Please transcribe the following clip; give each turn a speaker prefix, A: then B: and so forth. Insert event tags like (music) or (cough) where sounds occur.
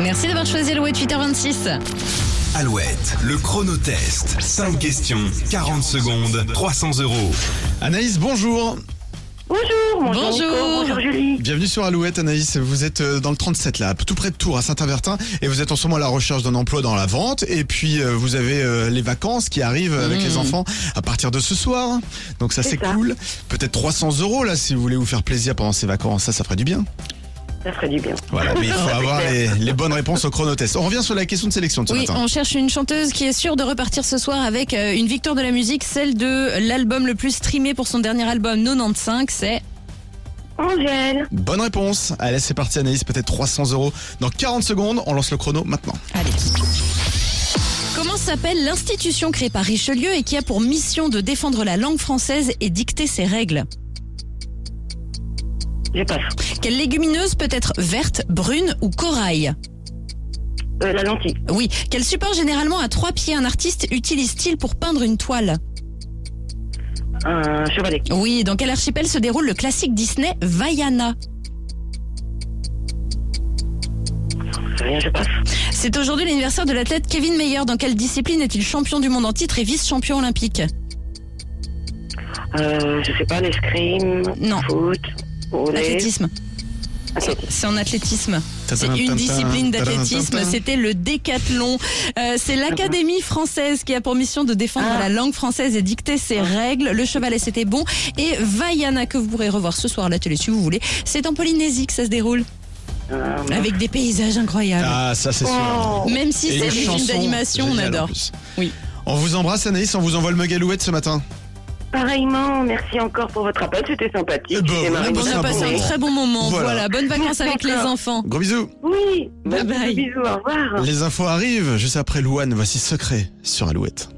A: Merci d'avoir choisi le 8h26.
B: Alouette, le chronotest. 5 questions, 40 secondes, 300 euros.
C: Anaïs, bonjour.
D: Bonjour, bonjour.
A: Bonjour.
D: Nico, bonjour Julie.
C: Bienvenue sur Alouette, Anaïs. Vous êtes euh, dans le 37 là, tout près de Tours, à Saint-Avertin, et vous êtes en ce moment à la recherche d'un emploi dans la vente. Et puis euh, vous avez euh, les vacances qui arrivent avec
A: Mmh.
C: les enfants à partir de ce soir. Donc ça
D: C'est
C: c'est
D: ça.
C: cool. Peut-être 300 euros là si vous voulez vous faire plaisir pendant ces vacances, ça ça ferait du bien.
D: Ça ferait du bien.
C: Voilà, mais
A: (laughs)
C: il faut avoir les, les bonnes réponses au chronotest. On revient sur la question de sélection de ce
A: Oui,
C: matin.
A: on cherche une chanteuse qui est sûre de repartir ce soir avec euh, une victoire de la musique, celle de l'album le plus streamé pour son dernier album 95, c'est...
D: Angèle.
C: Bonne réponse. Allez, c'est parti Anaïs, peut-être 300 euros. Dans 40 secondes, on lance le chrono maintenant.
A: Allez. Comment s'appelle l'institution créée par Richelieu et qui a pour mission de défendre la langue française et dicter ses règles
D: Je passe.
A: Quelle légumineuse peut être verte, brune ou corail
D: Euh, la lentille.
A: Oui. Quel support généralement à trois pieds un artiste utilise-t-il pour peindre une toile
D: Un chevalet.
A: Oui. Dans quel archipel se déroule le classique Disney Vaiana
D: Rien, je passe.
A: C'est aujourd'hui l'anniversaire de l'athlète Kevin Meyer. Dans quelle discipline est-il champion du monde en titre et vice-champion olympique
D: Euh, je sais pas, l'escrime.
A: Non.
D: Foot. Volley.
A: Athlétisme.
D: Athlétisme.
A: C'est en athlétisme. C'est
C: Tadam,
A: une
C: tadam,
A: discipline
C: tadam,
A: d'athlétisme.
C: tadam.
A: C'était le décathlon. Euh, c'est l'Académie française qui a pour mission de défendre
D: Ah.
A: la langue française et dicter ses règles. Le chevalet, c'était bon. Et Vaiana, que vous pourrez revoir ce soir à la télé si vous voulez. C'est en Polynésie que ça se déroule.
D: Euh,
A: Avec des paysages incroyables.
C: Ah, ça c'est sûr.
D: Oh.
A: Même si
C: Et
A: c'est
C: une
A: des films
C: chanson
A: d'animation, on
C: géniale, en
A: adore.
C: plus.
A: Oui.
C: On vous embrasse Anaïs, on vous envoie le mug Alouette ce matin.
D: Pareillement, merci encore pour votre appel, c'était sympathique.
C: Eh ben,
D: Et Marine,
C: bon,
A: On
C: c'est
A: a
C: un
A: passé
C: bon
A: un
C: moment.
A: très bon moment.
C: Voilà.
A: Voilà, bonnes vacances avec les enfants.
C: Gros bisous.
D: Oui,
A: Bye
D: merci,
A: bye.
D: bisous, au revoir.
C: Les infos arrivent juste après Louane, voici Secret sur Alouette.